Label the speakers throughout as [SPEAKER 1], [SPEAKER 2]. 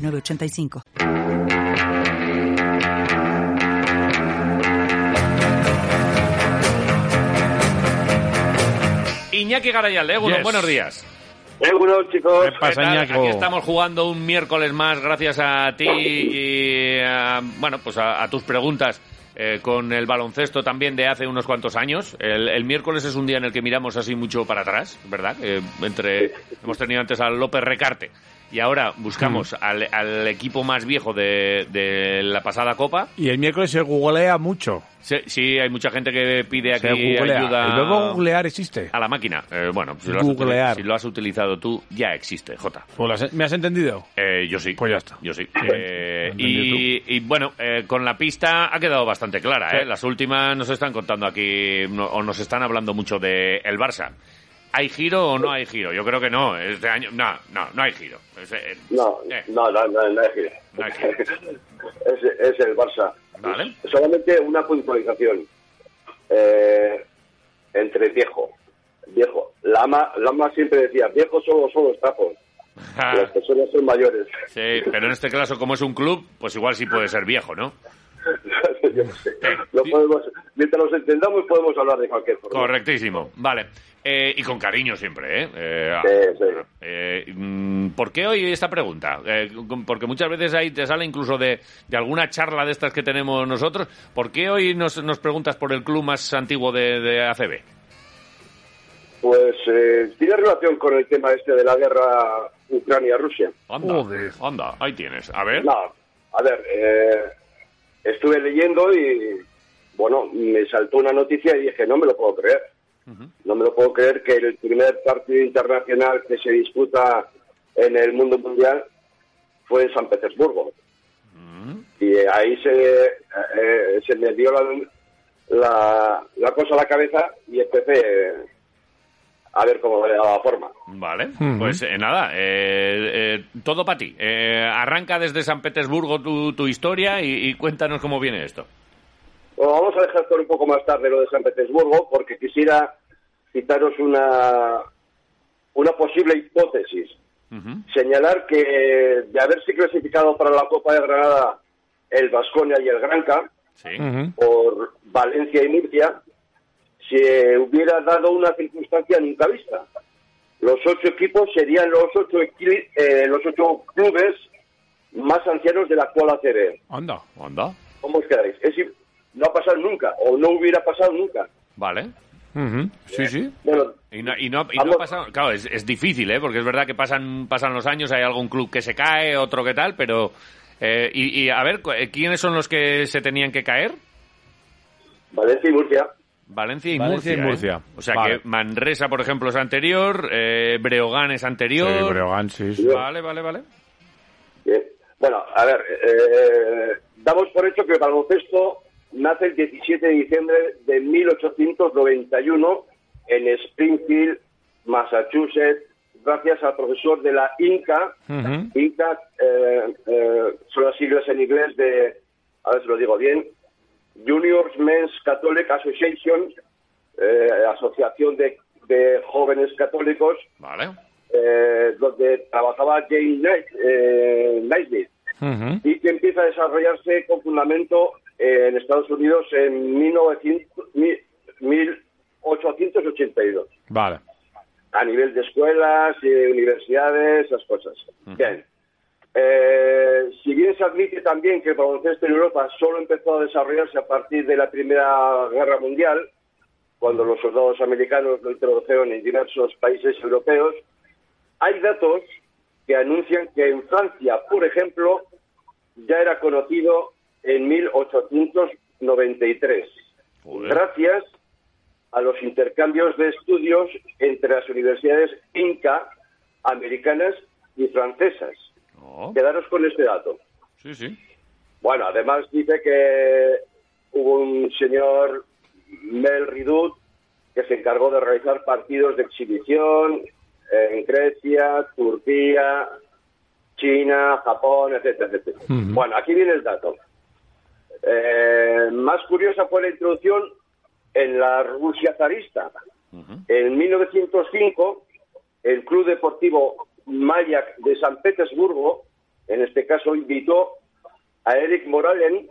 [SPEAKER 1] 985.
[SPEAKER 2] Iñaki Garayalde, Egunon,
[SPEAKER 3] Yes.
[SPEAKER 2] buenos días.
[SPEAKER 4] Algunos ¿Eh, chicos.
[SPEAKER 3] ¿Qué pasa,
[SPEAKER 2] ¿Qué tal?
[SPEAKER 3] Ñaco?
[SPEAKER 2] Aquí estamos jugando un miércoles más gracias a ti y a, bueno, pues a, a tus preguntas eh, con el baloncesto también de hace unos cuantos años. El, el miércoles es un día en el que miramos así mucho para atrás, ¿verdad? Eh, entre Hemos tenido antes al López Recarte y ahora
[SPEAKER 3] Mm.
[SPEAKER 2] buscamos al, al equipo más viejo de, de la pasada Copa.
[SPEAKER 3] Y el miércoles se googlea mucho.
[SPEAKER 2] Sí, sí, hay mucha gente que pide aquí
[SPEAKER 3] se googlea.
[SPEAKER 2] ayuda
[SPEAKER 3] El verbo googlear existe.
[SPEAKER 2] a la máquina. Eh, bueno, si lo, has utilizado,
[SPEAKER 3] Googlear.
[SPEAKER 2] si lo has utilizado tú, ya existe, Jota.
[SPEAKER 3] Pues las he- ¿Me has entendido?
[SPEAKER 2] Eh, yo sí.
[SPEAKER 3] Pues ya está.
[SPEAKER 2] Yo sí.
[SPEAKER 3] Bien.
[SPEAKER 2] Eh,
[SPEAKER 3] Entendido
[SPEAKER 2] y, y bueno, eh, con la pista ha quedado bastante clara. ¿eh?
[SPEAKER 3] Sí.
[SPEAKER 2] Las últimas nos están contando aquí no- o nos están hablando mucho de el Barça. ¿Hay giro o no hay giro? Yo creo que no. Este año no, no, no hay giro. Es, eh,
[SPEAKER 4] No,
[SPEAKER 2] eh,
[SPEAKER 4] no, no, no, no es que-
[SPEAKER 2] No es que-
[SPEAKER 4] es, es el Barça.
[SPEAKER 2] Vale.
[SPEAKER 4] Solamente una puntualización. Eh, entre viejo. Viejo. Lama, Lama siempre decía, viejo solo son los tapos.
[SPEAKER 2] Ah.
[SPEAKER 4] Las personas son mayores.
[SPEAKER 2] sí, pero en este caso, como es un club, pues igual sí puede ser viejo, ¿no?
[SPEAKER 4] Yo no sé. No podemos, mientras los entendamos podemos hablar de cualquier forma.
[SPEAKER 2] Correctísimo. Vale. Eh, y con cariño siempre, ¿eh? Eh, ah,
[SPEAKER 4] Sí, sí.
[SPEAKER 2] eh, mm, ¿Por qué hoy esta pregunta? Eh, con- porque muchas veces ahí te sale incluso de, de alguna charla de estas que tenemos nosotros. ¿Por qué hoy nos, nos preguntas por el club más antiguo de, de ACB?
[SPEAKER 4] Pues eh, tiene relación con el tema este de la guerra Ucrania-Rusia.
[SPEAKER 2] Anda,
[SPEAKER 3] Joder.
[SPEAKER 2] anda, ahí tienes. A ver.
[SPEAKER 4] No, a ver, eh, estuve leyendo y, bueno, me saltó una noticia y dije, no me lo puedo creer. No me lo puedo creer que el primer partido internacional que se disputa en el mundo mundial fue en San Petersburgo. Y eh, ahí se, eh, se me dio la, la, la cosa a la cabeza y empecé a ver cómo le daba forma.
[SPEAKER 2] Vale,
[SPEAKER 3] Ujú.
[SPEAKER 2] pues eh, nada, eh, eh, todo para ti. Eh, arranca desde San Petersburgo tu, tu historia y- y cuéntanos cómo viene esto.
[SPEAKER 4] Bueno, vamos a dejar por un poco más tarde lo de San Petersburgo porque quisiera citaros una, una posible hipótesis.
[SPEAKER 2] Ujú.
[SPEAKER 4] Señalar que de haberse clasificado para la Copa de Granada el Vasconia y el Granca
[SPEAKER 2] Sí.
[SPEAKER 3] Ujú.
[SPEAKER 4] por Valencia y Murcia, se hubiera dado una circunstancia nunca vista. Los ocho equipos serían los ocho, equi- eh, los ocho clubes más ancianos de la actual ACB.
[SPEAKER 3] Anda.
[SPEAKER 2] Anda,
[SPEAKER 4] ¿Cómo os quedáis? Es decir, no ha pasado nunca, o no hubiera pasado nunca.
[SPEAKER 2] vale.
[SPEAKER 3] Ujú. Sí, sí.
[SPEAKER 4] Bueno,
[SPEAKER 2] Y no, y no- y no
[SPEAKER 4] Vamos.
[SPEAKER 2] ha pasado- Claro, es, es difícil, ¿eh? Porque es verdad que pasan, pasan los años, hay algún club que se cae, otro que tal, pero... eh, y, y, a ver, cu- eh, ¿quiénes son los que se tenían que caer?
[SPEAKER 4] Valencia y Murcia.
[SPEAKER 2] Valencia y
[SPEAKER 3] Valencia y
[SPEAKER 2] Murcia. ¿eh?
[SPEAKER 3] Murcia.
[SPEAKER 2] O sea
[SPEAKER 3] Vale.
[SPEAKER 2] que Manresa, por ejemplo, es anterior, eh, Breogán es
[SPEAKER 3] Sí,
[SPEAKER 2] anterior.
[SPEAKER 3] Breogán, sí, sí.
[SPEAKER 2] Vale, vale, vale.
[SPEAKER 4] Bien. Bueno, a ver, eh, damos por hecho que el baloncesto nace el 17 de diciembre de 1891 en Springfield, Massachusetts, gracias al profesor de la INCA.
[SPEAKER 3] Ujú.
[SPEAKER 4] INCA eh, eh, son las siglas en inglés de, a ver si lo digo bien, Juniors Men's Catholic Association, eh, Asociación de, de Jóvenes Católicos,
[SPEAKER 2] Vale.
[SPEAKER 4] eh, donde trabajaba Jane Knight, eh, Naismith,
[SPEAKER 3] Ujú.
[SPEAKER 4] y que empieza a desarrollarse con fundamento eh, en Estados Unidos en 1900 mi- 1882,
[SPEAKER 3] Vale.
[SPEAKER 4] a nivel de escuelas, y universidades, esas cosas. Bien. Eh, si bien se admite también que el baloncesto en Europa solo empezó a desarrollarse a partir de la Primera Guerra Mundial, cuando los soldados americanos lo introdujeron en diversos países europeos, hay datos que anuncian que en Francia, por ejemplo, ya era conocido en 1893,
[SPEAKER 2] Joder.
[SPEAKER 4] gracias a los intercambios de estudios entre las universidades inca, americanas y francesas.
[SPEAKER 2] No.
[SPEAKER 4] Quedaros con este dato.
[SPEAKER 2] Oh, Sí, sí.
[SPEAKER 4] Bueno, además dice que hubo un señor Mel Ridut que se encargó de realizar partidos de exhibición en Grecia, Turquía, China, Japón, etcétera, etcétera.
[SPEAKER 3] Ujú.
[SPEAKER 4] Bueno, aquí viene el dato. Eh, más curiosa fue la introducción en la Rusia zarista.
[SPEAKER 2] Ujú.
[SPEAKER 4] En 1905, el Club Deportivo Mayak de San Petersburgo, en este caso, invitó a Eric Moralen,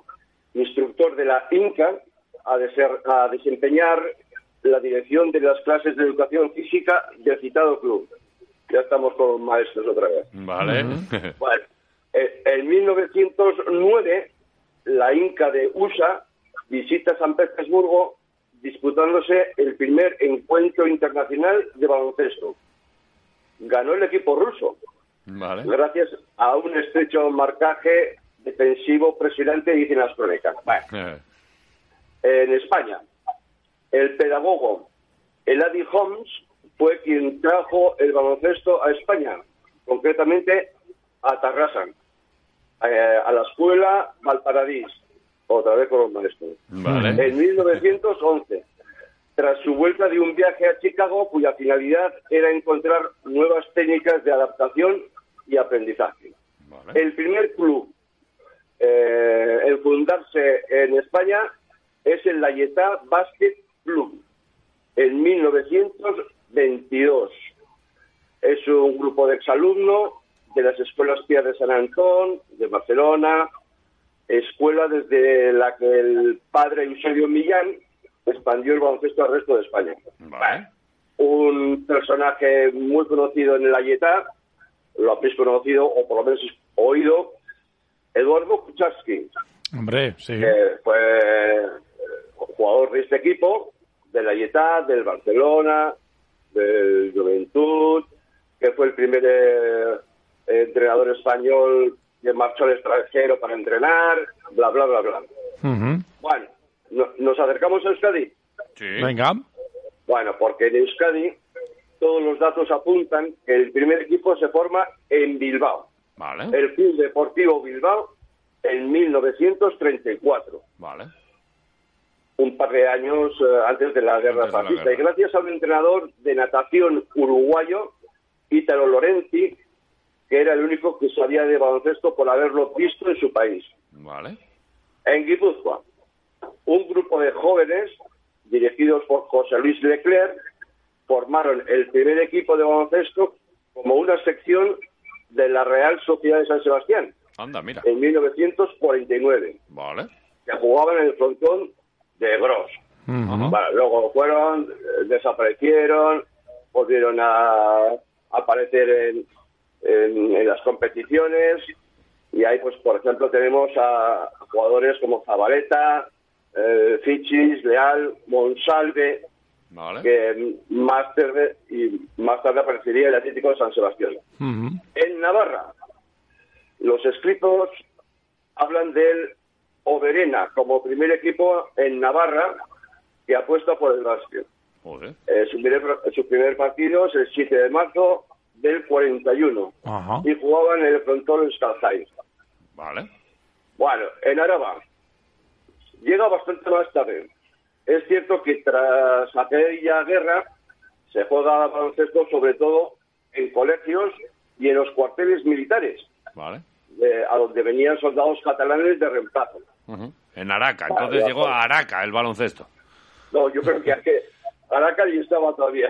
[SPEAKER 4] instructor de la INCA, a, deser- a desempeñar la dirección de las clases de educación física del citado club. Ya estamos con maestros otra vez.
[SPEAKER 2] Vale.
[SPEAKER 4] Bueno, eh, en 1909, la Inca de USA visita San Petersburgo disputándose el primer encuentro internacional de baloncesto. Ganó el equipo ruso
[SPEAKER 2] vale.
[SPEAKER 4] gracias a un estrecho marcaje defensivo presionante, dicen las crónicas. Bueno,
[SPEAKER 2] Eh,
[SPEAKER 4] en España. El pedagogo Eladi Holmes fue quien trajo el baloncesto a España, concretamente a Tarrasa, eh, a la escuela Valparadís, otra vez con los maestros.
[SPEAKER 2] Vale.
[SPEAKER 4] En 1911, tras su vuelta de un viaje a Chicago cuya finalidad era encontrar nuevas técnicas de adaptación y aprendizaje.
[SPEAKER 2] Vale.
[SPEAKER 4] El primer club eh, en fundarse en España es el Layetá Basket Club en 1922. Es un grupo de exalumnos de las escuelas Pía de San Antón, de Barcelona, escuela desde la que el padre Eusebio Millán expandió el baloncesto al resto de España
[SPEAKER 2] Vale.
[SPEAKER 4] un personaje muy conocido en el Ayetá, lo habéis conocido o por lo menos oído, Eduardo Kucharski,
[SPEAKER 3] Hombre, sí.
[SPEAKER 4] que fue jugador de este equipo, del Ayetá, del Barcelona, del Juventud, que fue el primer eh, entrenador español que marchó al extranjero para entrenar, bla, bla, bla, bla.
[SPEAKER 3] Ujú.
[SPEAKER 4] Bueno, no- nos acercamos a Euskadi.
[SPEAKER 2] Sí.
[SPEAKER 3] Venga.
[SPEAKER 4] Bueno, porque en Euskadi todos los datos apuntan que el primer equipo se forma en Bilbao,
[SPEAKER 2] Vale.
[SPEAKER 4] el Club Deportivo Bilbao, en 1934,
[SPEAKER 2] Vale.
[SPEAKER 4] un par de años eh, antes de la guerra
[SPEAKER 2] Antes de la
[SPEAKER 4] fascista. Y
[SPEAKER 2] guerra.
[SPEAKER 4] gracias a un entrenador de natación uruguayo, Ítalo Lorenzi, que era el único que sabía de baloncesto por haberlo visto en su país.
[SPEAKER 2] Vale.
[SPEAKER 4] En Guipúzcoa, un grupo de jóvenes dirigidos por José Luis Leclerc formaron el primer equipo de baloncesto como una sección de la Real Sociedad de San Sebastián
[SPEAKER 2] Anda, mira.
[SPEAKER 4] en 1949,
[SPEAKER 2] Vale.
[SPEAKER 4] que jugaban en el frontón de Gros.
[SPEAKER 3] Ujú.
[SPEAKER 4] Bueno, luego fueron, eh, desaparecieron, volvieron a aparecer en, en- en las competiciones y ahí, pues, por ejemplo, tenemos a jugadores como Zabaleta, eh, Fichis, Leal, Monsalve,
[SPEAKER 2] Vale.
[SPEAKER 4] que mm, más tarde, y más tarde aparecería el Atlético de San Sebastián.
[SPEAKER 3] Ujú.
[SPEAKER 4] En Navarra, los escritos hablan del Oberena como primer equipo en Navarra que apuesta por el básquet.
[SPEAKER 2] Joder.
[SPEAKER 4] Eh, su, primer, su primer partido es el 7 de marzo del 41
[SPEAKER 3] Ajá.
[SPEAKER 4] y jugaban en el frontón Scalzai.
[SPEAKER 2] Vale.
[SPEAKER 4] Bueno, en Araba llega bastante más tarde. Es cierto que tras aquella guerra se juega baloncesto sobre todo en colegios y en los cuarteles militares,
[SPEAKER 2] Vale.
[SPEAKER 4] eh, a donde venían soldados catalanes de reemplazo.
[SPEAKER 2] Ujú. En Araca. Entonces
[SPEAKER 4] Vale,
[SPEAKER 2] llegó a Araca el baloncesto.
[SPEAKER 4] No, yo creo que, que Aracali estaba todavía.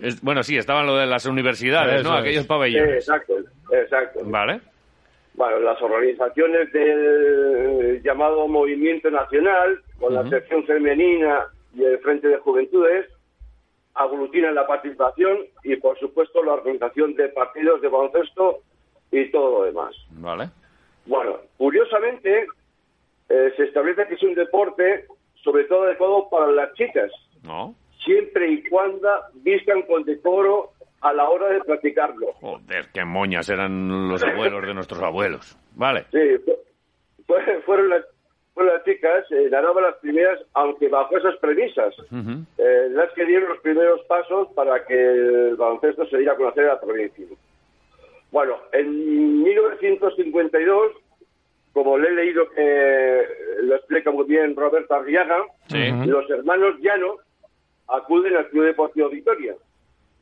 [SPEAKER 2] Es- bueno, sí, estaban lo de las universidades,
[SPEAKER 3] Eso
[SPEAKER 2] ¿no?
[SPEAKER 3] es.
[SPEAKER 2] Aquellos
[SPEAKER 4] Sí,
[SPEAKER 2] pabellones.
[SPEAKER 4] Eh, exacto, exacto.
[SPEAKER 2] pues. Vale.
[SPEAKER 4] Bueno, las organizaciones del llamado Movimiento Nacional, con la sección femenina y el Frente de Juventudes, aglutinan la participación y, por supuesto, la organización de partidos de baloncesto y todo lo demás.
[SPEAKER 2] Vale.
[SPEAKER 4] Bueno, curiosamente, eh, se establece que es un deporte, sobre todo adecuado para las chicas,
[SPEAKER 2] No.
[SPEAKER 4] siempre y cuando vistan con decoro a la hora de practicarlo.
[SPEAKER 2] Joder, qué moñas eran los abuelos de nuestros abuelos. Vale.
[SPEAKER 4] Sí, fu- fue- fueron, las, fueron las chicas, eh, Naraba las primeras, aunque bajo esas premisas,
[SPEAKER 2] Ujú.
[SPEAKER 4] eh, las que dieron los primeros pasos para que el baloncesto se diera a conocer a la provincia. Bueno, en 1952, como le he leído que lo explica muy bien Roberto Arriaga,
[SPEAKER 2] Sí.
[SPEAKER 4] los hermanos Llano acuden al Club Deportivo Victoria.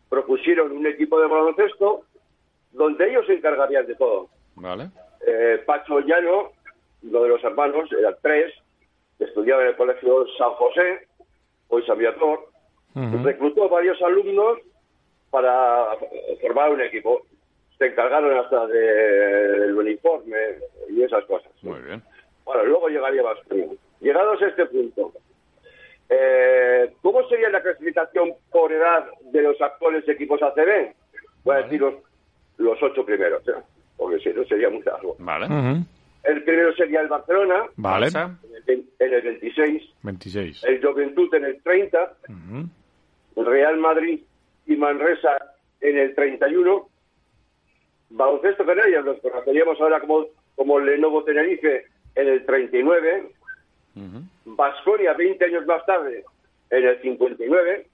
[SPEAKER 4] Propusieron un equipo de baloncesto donde ellos se encargarían de todo.
[SPEAKER 2] Vale.
[SPEAKER 4] Eh, Pacho Llano, uno de los hermanos, eran tres, estudiaba en el Colegio San José, hoy San Viator, reclutó varios alumnos para eh, formar un equipo. Se encargaron hasta de- del uniforme y esas cosas.
[SPEAKER 2] Muy bien.
[SPEAKER 4] Bueno, luego llegaría Vasconia. Llegados a este punto, eh, ¿cómo sería la clasificación por edad de los actuales equipos ACB? Voy a decir los, los ocho primeros, ¿eh? porque si no sería muy largo.
[SPEAKER 2] Vale.
[SPEAKER 3] Ujú.
[SPEAKER 4] El primero sería el Barcelona,
[SPEAKER 3] Mm, Vale.
[SPEAKER 2] Barça.
[SPEAKER 4] en el vein- en el 26,
[SPEAKER 3] 26.
[SPEAKER 4] el Juventud en el 30,
[SPEAKER 3] Ujú.
[SPEAKER 4] el Real Madrid y Manresa en el 31, Baloncesto Canarias, los conoceríamos ahora como, como Lenovo Tenerife, en el 39,
[SPEAKER 2] Ujú.
[SPEAKER 4] Vasconia 20 años más tarde, en el 59,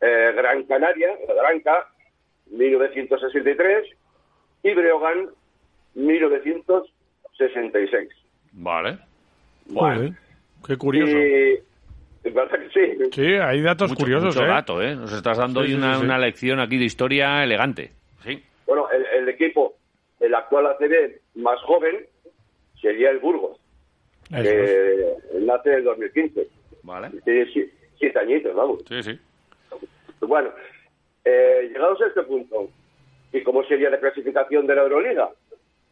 [SPEAKER 4] eh, Gran Canaria, la Granca, 1963, y Breogán, 1966.
[SPEAKER 2] Vale.
[SPEAKER 3] Joder, Qué curioso.
[SPEAKER 4] Y, es verdad Eh, que sí.
[SPEAKER 3] Sí, hay datos
[SPEAKER 2] Mucho-
[SPEAKER 3] curiosos,
[SPEAKER 2] mucho
[SPEAKER 3] ¿eh?
[SPEAKER 2] dato, ¿eh? Nos estás dando
[SPEAKER 3] Sí,
[SPEAKER 2] hoy
[SPEAKER 3] sí,
[SPEAKER 2] una,
[SPEAKER 3] sí, sí.
[SPEAKER 2] una lección aquí de historia elegante. Sí.
[SPEAKER 4] Bueno, el, el equipo, el actual ACB más joven, sería el Burgos,
[SPEAKER 3] Eso es.
[SPEAKER 4] que nace en el 2015.
[SPEAKER 2] Vale.
[SPEAKER 4] Tiene sie- siete añitos, vamos.
[SPEAKER 2] Sí, sí.
[SPEAKER 4] Bueno, eh, llegados a este punto, ¿y cómo sería la clasificación de la Euroliga?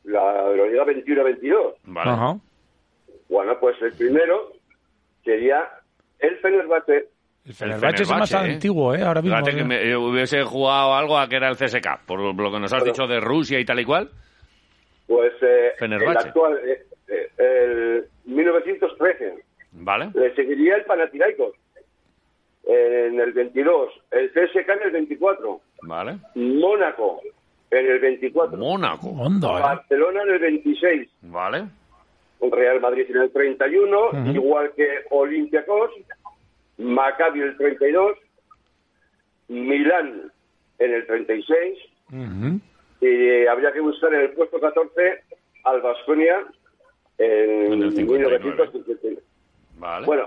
[SPEAKER 4] La Euroliga 21-22.
[SPEAKER 2] Vale.
[SPEAKER 3] Ajá.
[SPEAKER 4] Bueno, pues el primero sería el Fenerbahce.
[SPEAKER 3] El Fenerbahce es más
[SPEAKER 2] Fenerbahce, ¿eh?
[SPEAKER 3] antiguo, ¿eh? Ahora mismo.
[SPEAKER 2] Fíjate que me- eh, hubiese jugado algo a que era el CSK, por lo lo que nos has
[SPEAKER 4] Bueno.
[SPEAKER 2] dicho de Rusia y tal y cual.
[SPEAKER 4] Pues eh, el
[SPEAKER 2] Fenerbahce.
[SPEAKER 4] actual, eh, eh, el 1913.
[SPEAKER 2] Vale.
[SPEAKER 4] Le seguiría el Panathinaikos en el 22, el CSK en el 24,
[SPEAKER 2] Vale.
[SPEAKER 4] Mónaco en el 24,
[SPEAKER 2] Mónaco.
[SPEAKER 3] Hondo, ¿eh?
[SPEAKER 4] Barcelona en el 26,
[SPEAKER 2] Vale.
[SPEAKER 4] Real Madrid en el 31,
[SPEAKER 3] Ujú.
[SPEAKER 4] igual que Olympiacos, Maccabi en el 32, Milán en el 36
[SPEAKER 3] Ujú.
[SPEAKER 4] y habría que buscar en el puesto 14 al Baskonia en,
[SPEAKER 2] En el 59.
[SPEAKER 4] 1959.
[SPEAKER 2] Vale.
[SPEAKER 4] Bueno,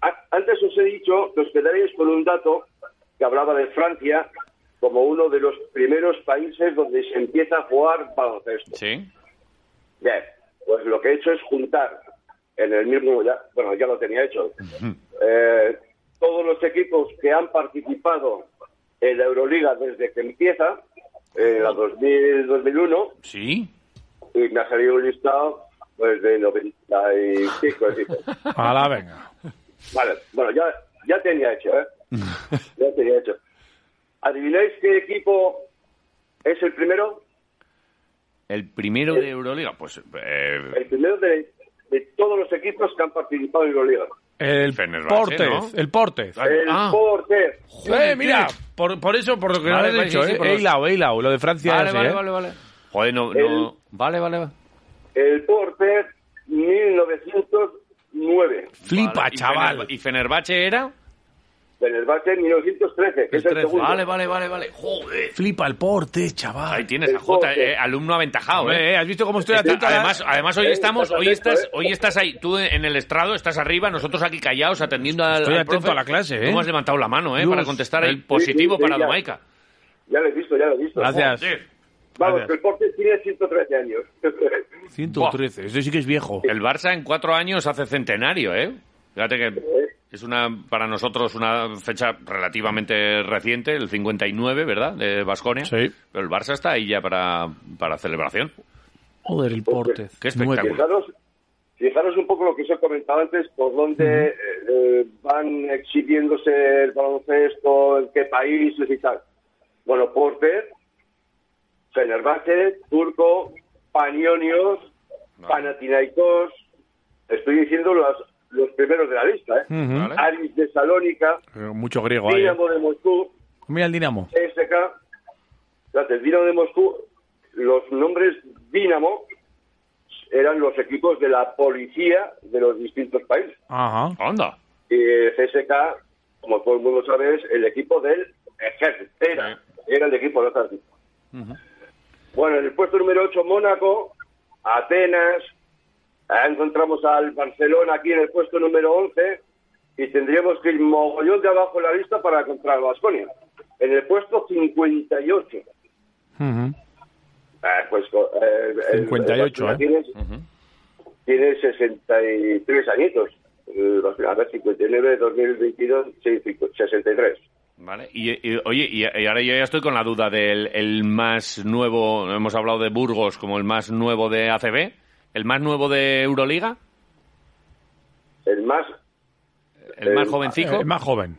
[SPEAKER 4] a- antes os he dicho que os quedaréis con un dato que hablaba de Francia como uno de los primeros países donde se empieza a jugar baloncesto.
[SPEAKER 2] Sí.
[SPEAKER 4] Bien, pues lo que he hecho es juntar en el mismo, ya- bueno, ya lo tenía hecho, eh, todos los equipos que han participado en la Euroliga desde que empieza, en la 2000-2001,
[SPEAKER 2] Sí.
[SPEAKER 4] y me ha salido un listado pues, de 95 equipos.
[SPEAKER 3] A la venga.
[SPEAKER 4] Vale, bueno, ya, ya tenía hecho, ¿eh? ya tenía hecho. ¿Adivináis qué equipo es el primero?
[SPEAKER 2] El primero de Euroliga, pues eh,
[SPEAKER 4] El primero de, de todos los equipos que han participado en Euroliga.
[SPEAKER 3] El
[SPEAKER 2] Fenerbahce,
[SPEAKER 3] Portez.
[SPEAKER 2] ¿no?
[SPEAKER 3] El Portez.
[SPEAKER 2] Ah,
[SPEAKER 4] El
[SPEAKER 2] Ah.
[SPEAKER 4] Porter.
[SPEAKER 2] Joder,
[SPEAKER 3] eh, mira,
[SPEAKER 2] tío.
[SPEAKER 3] por, por eso, por lo que
[SPEAKER 2] Vale,
[SPEAKER 3] no
[SPEAKER 2] vale,
[SPEAKER 3] has dicho,
[SPEAKER 2] sí, sí,
[SPEAKER 3] ¿eh?
[SPEAKER 2] por
[SPEAKER 3] He
[SPEAKER 2] los-
[SPEAKER 3] hilado, he hilado. Lo de Francia
[SPEAKER 2] Vale,
[SPEAKER 3] ya
[SPEAKER 2] vale,
[SPEAKER 3] sé, ¿eh?
[SPEAKER 2] vale, vale. Joder, no, no- Vale, vale, vale.
[SPEAKER 4] El Porter 1909.
[SPEAKER 3] Flipa,
[SPEAKER 2] Vale, y
[SPEAKER 3] chaval.
[SPEAKER 2] Fenerba- ¿Y Fenerbahce era?
[SPEAKER 4] Fenerbahce 1913, que es el
[SPEAKER 3] 13,
[SPEAKER 4] segundo.
[SPEAKER 2] Vale, vale, vale, vale. Joder.
[SPEAKER 3] Flipa el Portez, chaval.
[SPEAKER 2] Ahí tienes
[SPEAKER 4] El
[SPEAKER 2] a Jota,
[SPEAKER 4] Porter.
[SPEAKER 2] eh, alumno aventajado,
[SPEAKER 3] Hombre,
[SPEAKER 2] ¿eh?
[SPEAKER 3] ¿eh? ¿Has visto cómo estoy
[SPEAKER 2] Está-
[SPEAKER 3] atento? a la-
[SPEAKER 2] además, además hoy
[SPEAKER 4] Eh,
[SPEAKER 2] estamos,
[SPEAKER 4] estás
[SPEAKER 2] hoy
[SPEAKER 4] atento,
[SPEAKER 2] estás,
[SPEAKER 4] eh.
[SPEAKER 2] hoy estás ahí, tú en el estrado, estás arriba, nosotros aquí callados atendiendo al,
[SPEAKER 3] Estoy
[SPEAKER 2] al
[SPEAKER 3] atento
[SPEAKER 2] profe.
[SPEAKER 3] a la clase, ¿eh?
[SPEAKER 2] Tú me has levantado la mano, ¿eh?
[SPEAKER 3] Dios.
[SPEAKER 2] Para contestar ahí,
[SPEAKER 3] Sí,
[SPEAKER 2] positivo
[SPEAKER 4] sí, sí,
[SPEAKER 2] para
[SPEAKER 4] ya.
[SPEAKER 2] Domaica.
[SPEAKER 4] Ya lo he visto, ya lo he visto.
[SPEAKER 3] Gracias.
[SPEAKER 2] Joder.
[SPEAKER 4] Vamos,
[SPEAKER 3] gracias.
[SPEAKER 4] que el Porter tiene 113 años.
[SPEAKER 3] 113. Eso sí que es viejo.
[SPEAKER 2] El Barça en cuatro años hace centenario, ¿eh? Fíjate que
[SPEAKER 4] Eh,
[SPEAKER 2] es una, para nosotros, una fecha relativamente reciente, el 59, ¿verdad? De Vasconia.
[SPEAKER 3] Sí.
[SPEAKER 2] Pero el Barça está ahí ya para, para celebración.
[SPEAKER 3] Joder, el Portez.
[SPEAKER 2] Qué espectáculo.
[SPEAKER 3] Nueve.
[SPEAKER 4] Fijaros, fijaros un poco lo que os he comentado antes, por dónde eh, eh, van exhibiéndose el baloncesto, en qué países y tal. Bueno, Porter, Fenerbahce, Turco, Panionios,
[SPEAKER 2] Vale.
[SPEAKER 4] Panathinaikos, estoy diciendo los, los primeros de la lista, ¿eh?
[SPEAKER 3] Ujú.
[SPEAKER 2] Vale.
[SPEAKER 4] Aris de Salónica,
[SPEAKER 3] Eh, Mucho griego ahí. ¿eh?
[SPEAKER 4] Dinamo de Moscú,
[SPEAKER 3] Mira el Dinamo.
[SPEAKER 4] SK, fíjate, el Dinamo de Moscú, los nombres Dinamo eran los equipos de la policía de los distintos países.
[SPEAKER 3] Ajá.
[SPEAKER 2] ¡Onda!
[SPEAKER 4] Y el CSK, como todo el mundo sabe, es el equipo del ejército. Era, era el equipo del ejército. Bueno, en el puesto número 8, Mónaco, Atenas, Ahí encontramos al Barcelona aquí en el puesto número 11 y tendríamos que ir mogollón de abajo en la lista para encontrar al Vasconia. En el puesto 58.
[SPEAKER 3] Ujú.
[SPEAKER 4] Eh, pues, co- eh, el-
[SPEAKER 3] 58,
[SPEAKER 4] el Vasconia
[SPEAKER 3] ¿eh?
[SPEAKER 4] Tiene,
[SPEAKER 2] Ujú.
[SPEAKER 4] tiene 63 añitos. El Vasconia, a ver, 59, 2022, sí, cincu- 63.
[SPEAKER 2] Vale. Y, y- oye, y, y ahora yo ya estoy con la duda del el más nuevo, hemos hablado de Burgos como el más nuevo de ACB, el más nuevo de Euroliga,
[SPEAKER 4] El más.
[SPEAKER 2] el más
[SPEAKER 4] Eh,
[SPEAKER 2] jovencico.
[SPEAKER 3] Eh, más joven.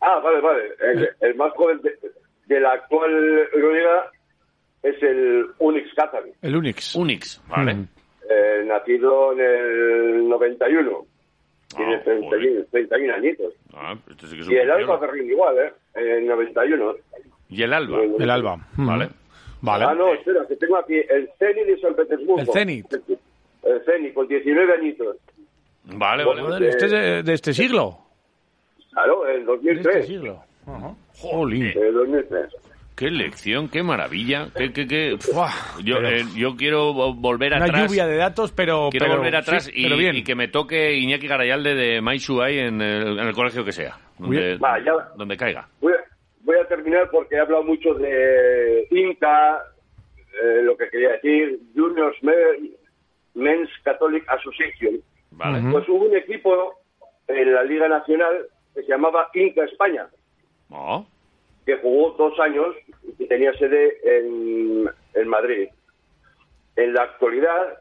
[SPEAKER 4] Ah, vale, vale. El, el más joven de, de la actual Euroliga es el Unix Kazan.
[SPEAKER 3] El Unix.
[SPEAKER 2] Unix, vale.
[SPEAKER 3] Mm.
[SPEAKER 4] Eh, nacido en el 91. Tiene
[SPEAKER 2] Ah,
[SPEAKER 4] 30
[SPEAKER 2] joder.
[SPEAKER 4] y- 31 añitos.
[SPEAKER 2] Ah, esto sí que es un
[SPEAKER 4] Y el
[SPEAKER 2] precioso.
[SPEAKER 4] Alba Ferrín igual, ¿eh? En el 91.
[SPEAKER 2] Y el Alba.
[SPEAKER 4] El-
[SPEAKER 3] El Alba. Mm.
[SPEAKER 2] Vale.
[SPEAKER 3] Vale.
[SPEAKER 4] Ah, no, espera, que tengo aquí el Zenit de San Petersburgo.
[SPEAKER 3] El Zenit.
[SPEAKER 4] El Zenit, con 19 añitos.
[SPEAKER 2] Vale, vale.
[SPEAKER 4] Bueno,
[SPEAKER 3] Joder, este es de, de este siglo.
[SPEAKER 4] Claro, en
[SPEAKER 3] De este
[SPEAKER 4] 2003.
[SPEAKER 3] siglo. Ajá. Jolín.
[SPEAKER 4] En 2003.
[SPEAKER 2] Qué lección, qué maravilla. Qué, qué, qué-
[SPEAKER 3] Buah,
[SPEAKER 2] Yo,
[SPEAKER 3] pero-
[SPEAKER 2] eh, yo quiero vo- volver
[SPEAKER 3] Una
[SPEAKER 2] atrás.
[SPEAKER 3] lluvia de datos, pero.
[SPEAKER 2] Quiero
[SPEAKER 3] pero-
[SPEAKER 2] volver atrás
[SPEAKER 3] sí,
[SPEAKER 2] y,
[SPEAKER 3] pero bien.
[SPEAKER 2] y que me toque Iñaki Garayalde de Maishuay en el, en el colegio que sea, donde,
[SPEAKER 4] Va, ya-
[SPEAKER 2] donde caiga.
[SPEAKER 4] Voy a, voy a terminar porque he hablado mucho de Inca, eh, lo que quería decir, Juniors Men- Men's Catholic Association.
[SPEAKER 2] Vale.
[SPEAKER 3] Ujú.
[SPEAKER 4] Pues hubo un equipo en la Liga Nacional que se llamaba Inca España,
[SPEAKER 2] Oh,
[SPEAKER 4] que jugó dos años y tenía sede en, en Madrid. En la actualidad,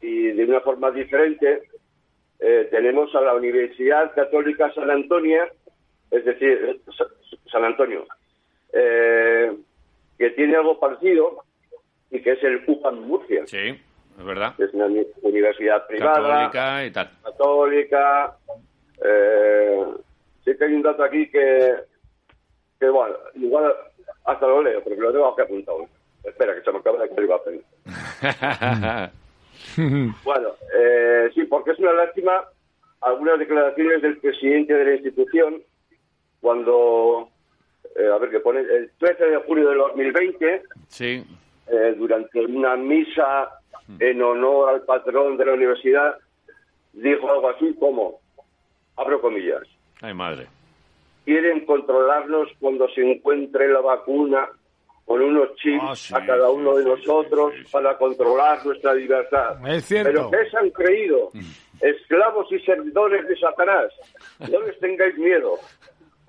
[SPEAKER 4] y de una forma diferente, eh, tenemos a la Universidad Católica San Antonio, es decir, Sa- San Antonio, eh, que tiene algo parecido y que es el UPAN Murcia,
[SPEAKER 2] sí, es verdad.
[SPEAKER 4] que es una uni- universidad privada
[SPEAKER 2] Católica y tal.
[SPEAKER 4] católica. Eh, sí que hay un dato aquí que, que bueno, igual hasta lo leo, porque lo tengo aquí apuntado. Espera, que se me acaba de caer el papel. Bueno, eh, sí, porque es una lástima algunas declaraciones del presidente de la institución cuando, eh, a ver qué pone, el 13 de julio de 2020
[SPEAKER 2] sí,
[SPEAKER 4] eh, durante una misa en honor al patrón de la universidad, dijo algo así como, abro comillas,
[SPEAKER 2] ay madre.
[SPEAKER 4] quieren controlarnos cuando se encuentre la vacuna con unos chips
[SPEAKER 2] Ah, sí,
[SPEAKER 4] a cada
[SPEAKER 2] sí,
[SPEAKER 4] uno de
[SPEAKER 2] sí,
[SPEAKER 4] nosotros
[SPEAKER 2] sí, sí, sí.
[SPEAKER 4] para controlar nuestra libertad.
[SPEAKER 3] Es cierto.
[SPEAKER 4] Pero ¿qué se han creído? Esclavos y servidores de Satanás. No les tengáis miedo.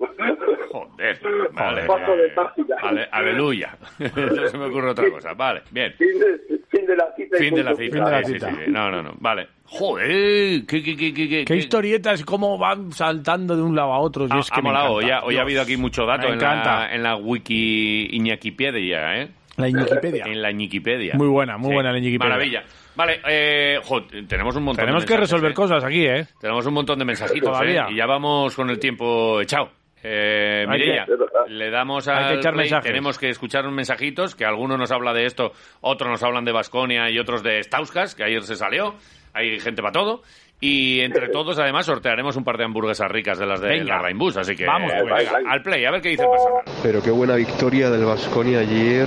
[SPEAKER 2] Joder, vale.
[SPEAKER 4] Joder. Paso de página.
[SPEAKER 2] Vale, aleluya. No se me ocurre otra cosa. Vale, bien.
[SPEAKER 4] Fin de, fin de la cita. y
[SPEAKER 2] Fin de la
[SPEAKER 4] punto
[SPEAKER 2] cita.
[SPEAKER 4] final.
[SPEAKER 3] de la
[SPEAKER 2] sí, sí,
[SPEAKER 3] cita.
[SPEAKER 2] sí, sí. No, no, no. Vale. Joder, qué, qué, qué, qué, qué,
[SPEAKER 3] ¿Qué historietas? ¿Cómo van saltando de un lado a otro? Si
[SPEAKER 2] Ha,
[SPEAKER 3] es que
[SPEAKER 2] ha
[SPEAKER 3] me
[SPEAKER 2] molado. Hoy
[SPEAKER 3] encanta.
[SPEAKER 2] ha, hoy ha habido aquí mucho dato
[SPEAKER 3] Me
[SPEAKER 2] en la,
[SPEAKER 3] encanta.
[SPEAKER 2] en la wiki Iñakipedia, ¿eh?
[SPEAKER 3] La Wikipedia.
[SPEAKER 2] En la Iñikipedia.
[SPEAKER 3] Muy buena, muy buena la Iñikipedia.
[SPEAKER 2] Maravilla. Vale, eh, jo, tenemos un montón de
[SPEAKER 3] Tenemos que
[SPEAKER 2] mensajes,
[SPEAKER 3] resolver
[SPEAKER 2] ¿eh?
[SPEAKER 3] cosas aquí, ¿eh?
[SPEAKER 2] Tenemos un montón de mensajitos,
[SPEAKER 3] Todavía.
[SPEAKER 2] ¿eh? Y ya vamos con el tiempo echado. Eh,
[SPEAKER 3] Hay que-
[SPEAKER 2] Mireia,
[SPEAKER 4] es verdad.
[SPEAKER 2] le damos
[SPEAKER 3] Hay que
[SPEAKER 2] al
[SPEAKER 3] echar
[SPEAKER 2] play,
[SPEAKER 3] mensajes.
[SPEAKER 2] tenemos que escuchar unos mensajitos, que algunos nos habla de esto, otros nos hablan de Basconia y otros de Stauskas, que ayer se salió, hay gente para todo, y entre todos además sortearemos un par de hamburguesas ricas de las de
[SPEAKER 3] Venga.
[SPEAKER 2] la Rainbus, así que
[SPEAKER 3] Vamos,
[SPEAKER 2] eh,
[SPEAKER 4] pues.
[SPEAKER 2] venga, al play, a ver qué dice el personal.
[SPEAKER 5] Pero qué buena victoria del Vasconia ayer